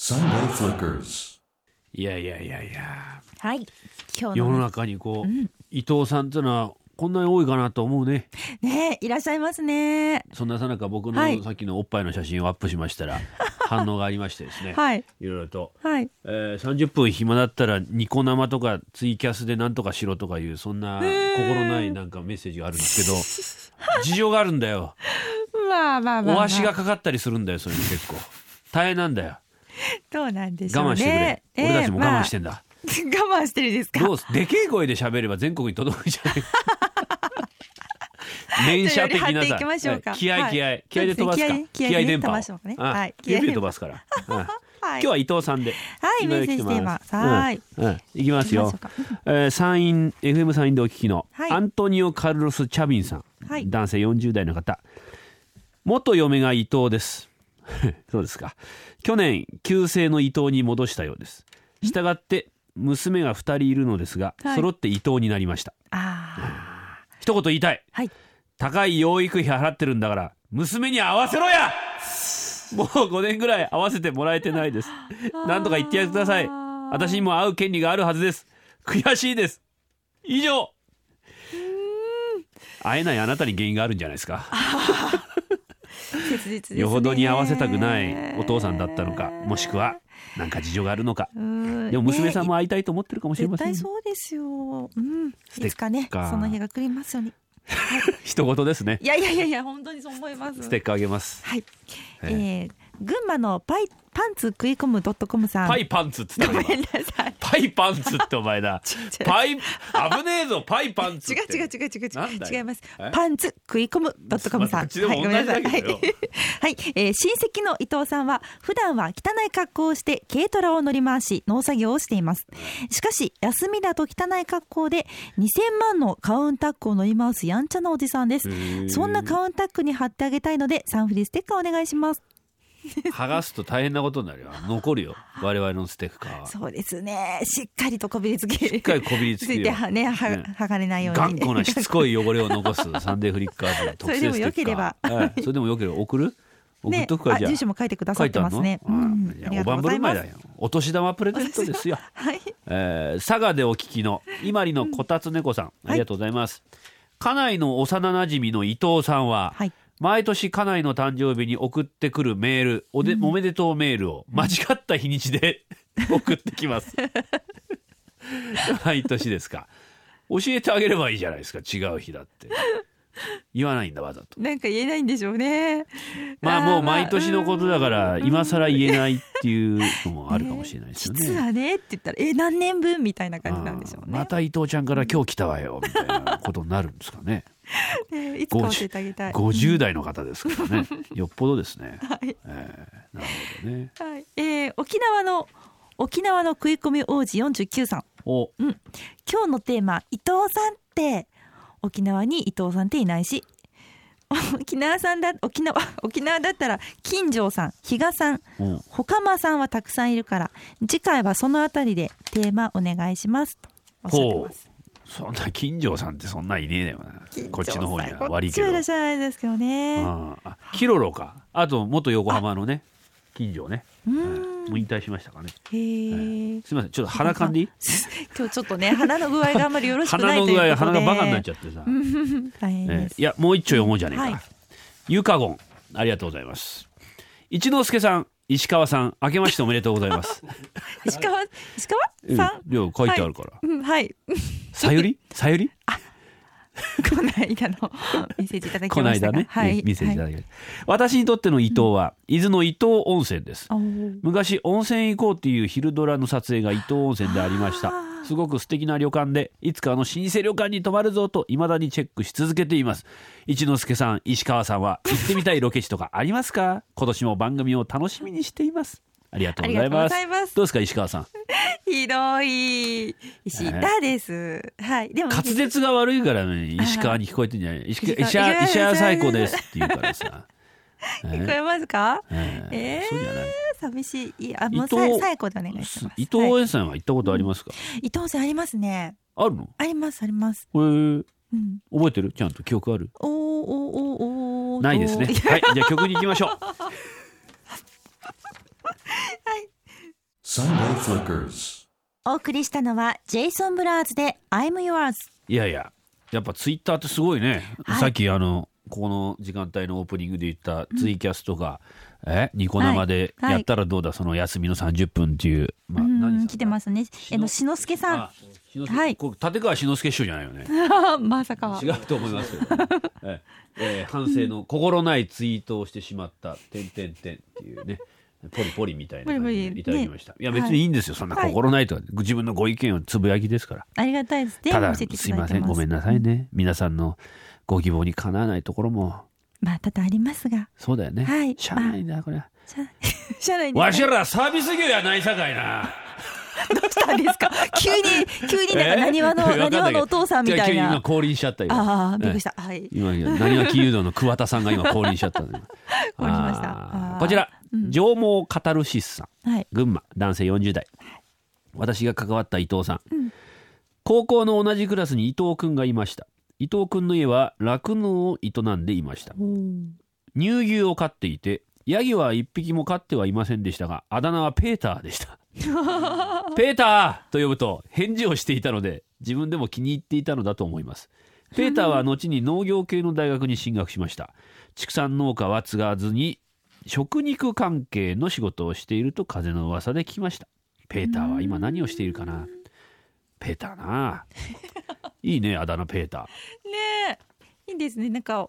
Sunday Flickers. いやいやいやいやはい今日世のの中にこう、伊藤さんっていうのはこんなに多いかなと思うねねいらっしゃいますねそんなさなか僕のはいさっきのおっぱいの写真をアップしました ら反応がありましてですね、はいいろいろと、はいえー、30分暇だったらニコ生とかツイキャスでなんとかしろとかいうそんな心ないなんかメッセージがあるんですけ ど事情があるんだよまあまあまあ、まあ、お足がかかったりするんだよそれに結構大変なんだよどうなんでしょ我うね慢してくれ、ええ俺たちも我慢してんまだ、あ 我慢してるですかどうすでけえ声で喋れば全国に届くじ ゃない連射的なちさょっとより張っていきましょうか気合い気合はいい気合いで飛ばすかそうですね気気合合い気合いいで電波を飛ばしましょうかねあはい指で飛ばすからうんはい今日は伊藤さんではいろろ来てまメッセージテーマはいすうんうんいきますよ行きましょうえー山陰 FM 山陰でお聞きのはいアントニオ・カルロス・チャビンさはんい男性40代の方元嫁が伊藤です そうですか去年旧姓の伊藤に戻したようですしたがって娘が2人いるのですがはい揃って伊藤になりましたあ一言言いたいーはい高い養育費払ってるんだから娘に合わせろや もう5年ぐらい合わせてもらえてない ですなんとか言ってやってください私にも会う権利があるはずです悔しいです以上会えないあなたに原因があるんじゃないですか切実ですねよほどに合わせたくないお父さんだったのかもしくはなんか事情があるのかうーんでも娘さんねも会いたいと思ってるかもしれま絶せん、対そうですよ。うん。テッカーいつかね、その日が来りますように。一言ですねいやいやいやいや、本当にそう思います。ステッカーあげますはい。ええー、群馬のパイパンツ食い込むドットコムさん。パイパンツっつったごのめ今んなさい。パイパンツってお前 だ違うパイ危ねえぞパイパンツ違ってう違う違う違うなんだ違うよ違いますえパンツ食い込むドットコムさまあどっんちでもはいごめんなさい同はじだい、 けどよはいえー親戚の伊藤さんは普段は汚い格好をして軽トラを乗り回し農作業をしていますしかし休みだと汚い格好で2000万のカウンタックを乗り回すやんちゃなおじさんですーそんなカウンタックに貼ってあげたいのでサンフリーステッカーお願いします剥がすと大変なことになるよ残るよ我々のステッカーはしそうですねしっかりとこびりつきしっかりこびりつつきいよてはねはね剥がれないように頑固なしつこい汚れを残すサンデーフリッカーズの特製ステッカー それでもよければはいそれでもよければ送る送っ ねとくか、あじゃあ住所も書いてくださってますね。書いてあるのうんいありやがおと番うぶござるいま前すだよお年玉プレゼントですよはい。えー佐賀でお聞きの今里のこたつ猫さんありがとうございます、家内の幼なじみの伊藤さんは、はい毎年家内の誕生日に送ってくるメールおで、おめでとうメールを間違った日にちで 送ってきます 毎年ですか教えてあげればいいじゃないですか違う日だって言わないんだわざとなんか言えないんでしょうね。 まあーもう毎年のことだからうん今更言えないっていうのもあるかもしれないですよね実はねって言ったらえ何年分みたいな感じなんでしょうあーね。また伊藤ちゃんから今日来たわよみたいなことになるんですか ね。ねいつか教えてあげたい。 50代の方ですからね。よっぽどですね。はいえーなるほどね。はい。えー沖縄の沖縄の食い込み王子49さん。お、今日のテーマ伊藤さんって沖縄に伊藤さんっていないし沖縄さんだ沖縄沖縄だったら金城さん比嘉さんうん、ほかまさんはたくさんいるから次回はそのあたりでテーマお願いしますとおっしゃってますそんな金城さんってそんないねえよな。こっちの方には金城さん悪いけこっちはいどらっ。しゃらないですけどねあーあ、キロロか。あと元横浜のね、金城ね。ううんんもう引退しましたからね。へーすみません、ちょっと鼻かんでいい？今日ちょっとね鼻の具合があんまりよろしくな鼻いのということ具で合、鼻がバカになっゃちゃってさ。う大変えでーす、いやもう一丁読もうじゃねえか、はいゆかごんありがとうございます一之輔さん石川さん明けましておめでとうございます、石川石うん、い 川さん、や書いてあるから、うんはいさゆりさ ゆりこの間のメッセージいただきこのました間がね、はい、ね見せていただききました、私にとっての伊藤は、伊豆の伊東温泉です昔温泉行こうっていう昼ドラの撮影が伊東温泉でありましたすごく素敵な旅館でいつかあの老舗旅館に泊まるぞと未だにチェックし続けています一之輔さん石川さんは行ってみたいロケ地とかありますか 今年も番組を楽しみにしていますありがとうございますありがとうございますどうですか石川さんひどい石田です、はいでも滑舌が悪いからね石川に聞こえてんじゃない石川石石川川石川最高ですって言うから さ聞こえますか、えええーそうじゃない寂しい。いや、もう伊藤さい最後でお願いします。伊藤はい園さんは行ったことありますか、伊藤さんありますね。あるのありますあります。これうん。覚えてるちゃんと記憶あるおーおーおーおーおーないですね。はい、じゃあ曲に行きましょう。 Sunday Flickers. お送りしたのはジェイソン・ブラーズで「I'm Yours いやいややっぱツイッターってすごいね、はいさっきあのここの時間帯のオープニングで言ったツイキャスとか、えニコ生ではいやったらどうだ、その休みの30分っていう、」まあ、うん何来てますねえのしのすけさんあ志の輔はいこれ立川志の輔師匠じゃないよね まさか違うと思いますけど、えええー反省の心ないツイートをしてしまった「てんてんてん」っていうねポリポリみたいな感じポでリいたポリだねきました、いや別にいいんですよ、そんな心ないとか自分のご意見をつぶやきですからありがたいですでただ教えていすいただまいてせんごめんなさいうんね、皆さんのご希望にかなわないところもまあ多々ありま すがそうだよね、はいしゃあないんだこれは、しゃしゃあないんでわすしらサービス業やないさかいなどうしたんですか急 に急になんか何話の何話のお父さんみたい今な降臨しちゃったよああびっくりしたはい今何は金融道の桑田さんが今降臨しちゃったのよ 降臨しましたあーあーこちら、うん上毛カタルシスさんはい群馬男性40代私が関わった伊藤さん、高校の同じクラスに伊藤くんがいました伊藤くんの家は酪農を営んでいました乳牛を飼っていてヤギは一匹も飼ってはいませんでしたがあだ名はペーターでしたペーターと呼ぶと返事をしていたので自分でも気に入っていたのだと思いますペーターは後に農業系の大学に進学しました畜産農家は継がずに食肉関係の仕事をしていると風の噂で聞きましたペーターは今何をしているかなペーターなあいいねあだ名ペーターねえいいですねなんか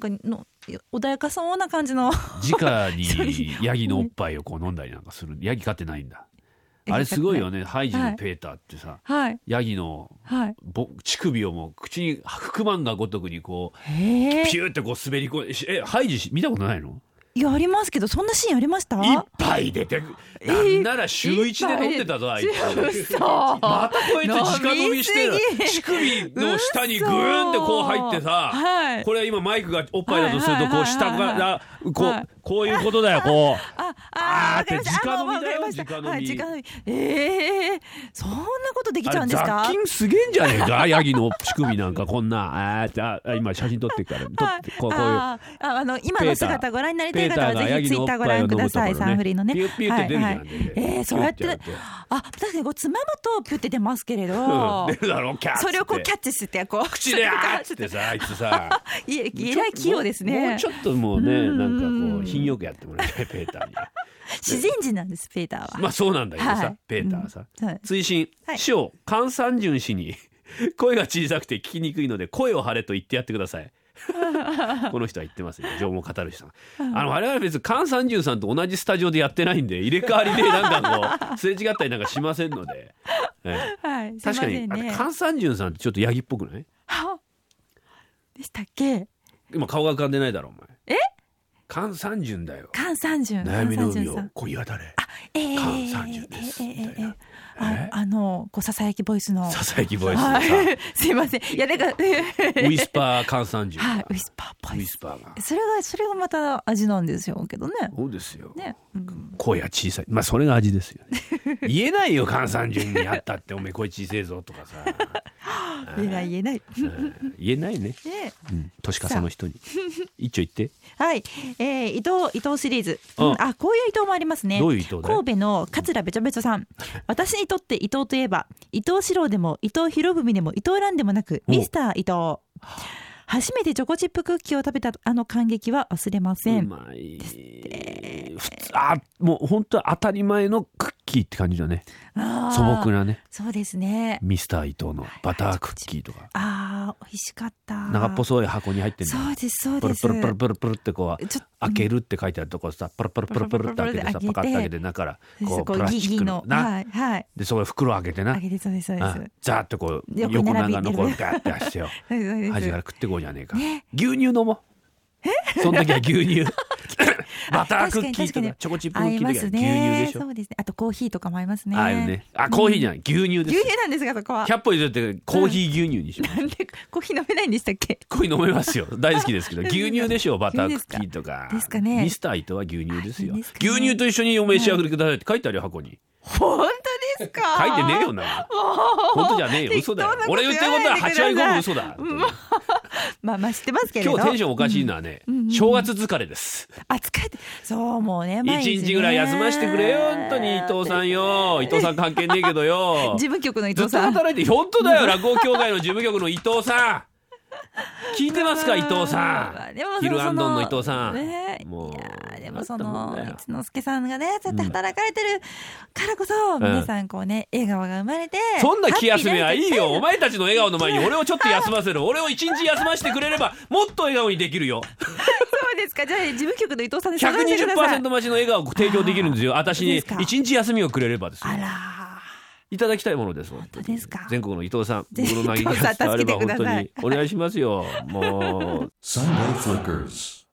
なんかの穏やかそうな感じの直 それにヤギのおっぱいをこう飲んだりなんかするヤギ飼ってないんだえあれすごいよねハイジはのいペーターってさはいヤギのはいぼ乳首をもう口に含まんがごとくにこうへえピューってこう滑り込んでしえハイジし見たことないのいやありますけどそんなシーンありました一杯出てくなんなら週一で飲んでたぞあいつ嘘またこうやって直飲みしてる飲み乳すぎ首の下にグーンってこう入ってさ、嘘はいこれ今マイクがおっぱいだとするとこう下はいはかいらこはいうこういうことだよこう。ああーあーわかりましたってあも直う飲みだよわかりました直飲みはい直飲みええそんなことできちゃうんですあかれ雑菌すげえんじゃねえか ヤギの乳首なんかこんなあーじゃあ今写真撮ってっから撮はいってこうこういうあーああの今ペータのー姿ご覧になりたペいータ方ーがはヤぜギひツイのおっッターごぱいを覧飲むとくだころさい、ねサンフリーのねピュッピュッって出るじゃんええーそうやってピュッてやあ確かにこうつまむとピュって出ますけれうんど出るだろキャッそれをこうキャッッチしてこう口であーっつってさあいつさいえ えらい器用ですもうもねうちょっともうねうんなんかこう品よくやってもらいたいペーター に自然人なんですペーターは、まあそうなんだけどはさいペーターはさはい追伸はい師匠菅三淳氏に 声が小さくて聞きにくいので声を張れと言ってやってくだ さいこの人は言ってますよ情報語る人さんあの我々別に菅三淳さんと同じスタジオでやってないんで入れ替わりでなんか こうすれ違ったりなんかしませんので、ええはい、すいま確かせにんあれね菅三淳さんってちょっとヤギっぽくないはでしたっけ今顔が浮かんでないだろお前え菅三淳だよ菅三十悩みの海さをん恋あたれええ菅三十ですええええみたいなあえあのこうささやきボイスのささやきボイスのさはい すいませんいやだから ウウィィスパー菅三淳がはいウィスパーウボィイススパーがそれがそれがまた味なんですよけどねそうですよね、うん声は小さいまあそれが味ですよね言えないよ菅三淳に会ったっておめえ声小せえぞとかさ、言えない言えないうん言えないね、ねうん、年かさの人に一丁言ってはい、えー、伊藤伊藤シリーズ、うんうんあこういう伊藤もありますねどういう伊藤だよ神戸の桂べちょべちょ さん私にとって伊藤といえば伊藤四郎でも伊藤博文でも伊藤蘭でもなくおミスター伊藤初めてチョコチップクッキーを食べたあの感激は忘れませうんまい普通あもう本当は当たり前のクッキーって感じだねあー素朴なねそうですねミスター伊藤のバタークッキーとかあー美味しかった長っぽそうい箱に入ってんそのうですそうプでルすプルプルプルプルってこうちょっと開けるって書いてあるとこさプルプルプルプルって開けてさプルプルプルパカッ開て開けけてて中からこうプこうラスギチギックのな、のはいはいでそこで袋開けてなあげてそうですそうですあザーッとこう横横並び長のこうガーって出してよそう ですそうです端から食ってこうじゃねえか、ね牛乳飲もうその時は牛 乳バタークッキー確とかかに確かにチョコチップク合ッいキーまとかす牛乳でねしょ、そうですねあとコーヒーとかも合いますねああいうねあコーヒーじゃない、牛乳です牛乳なんですがそこは100歩譲ってコーヒー牛乳にします、なんでコーヒー飲めないんでしたっけこういうの飲めますよ大好き ですけどそうですか牛乳でしょバタークッキーとかですかねミスター伊藤は牛乳ですよあいいですかね牛乳と一緒にお召し上がりくださいって書いてあるよ箱に本当ですか書いて ねえよな本当じゃねえよ嘘だよ適当なこと俺言ってることは言わな8いでください割5分嘘だまあまあ知ってますけれど今日テンションおかしいのはね、うんうんうんうん正月疲れですあ疲れてそうもうね一、毎日ぐらい休ませてくれよ本当に伊藤さん よ伊藤さん関係ねえけどよ事務局の伊ず藤っとさん働いて本当だよ落語協会の事務局の伊藤さん聞いてますか伊藤さんでもそんヒルアンドンの伊藤さん、ねもういやーでもそなのんてもんだよ一之輔さんがねそうやって働かれてるからこそ、ん皆さんこうね笑顔が生まれてそんな気休めはいい よおハ前たちの笑顔の前に俺をちょっと休ませる俺を一日休ませてくれればもっと笑顔にできる よッピーなそうですかじゃあ事務局の伊藤さんで探してください120%待ちの笑顔を提供できるんですよ私いいにですか一日休みをくれればですよあらいただきたいものです。本当ですか全国の伊藤さん、ぜひ僕の嘆きが伝われば伊藤さん助けてください本当にお願いしますよ。もう。 Sunday Flickers.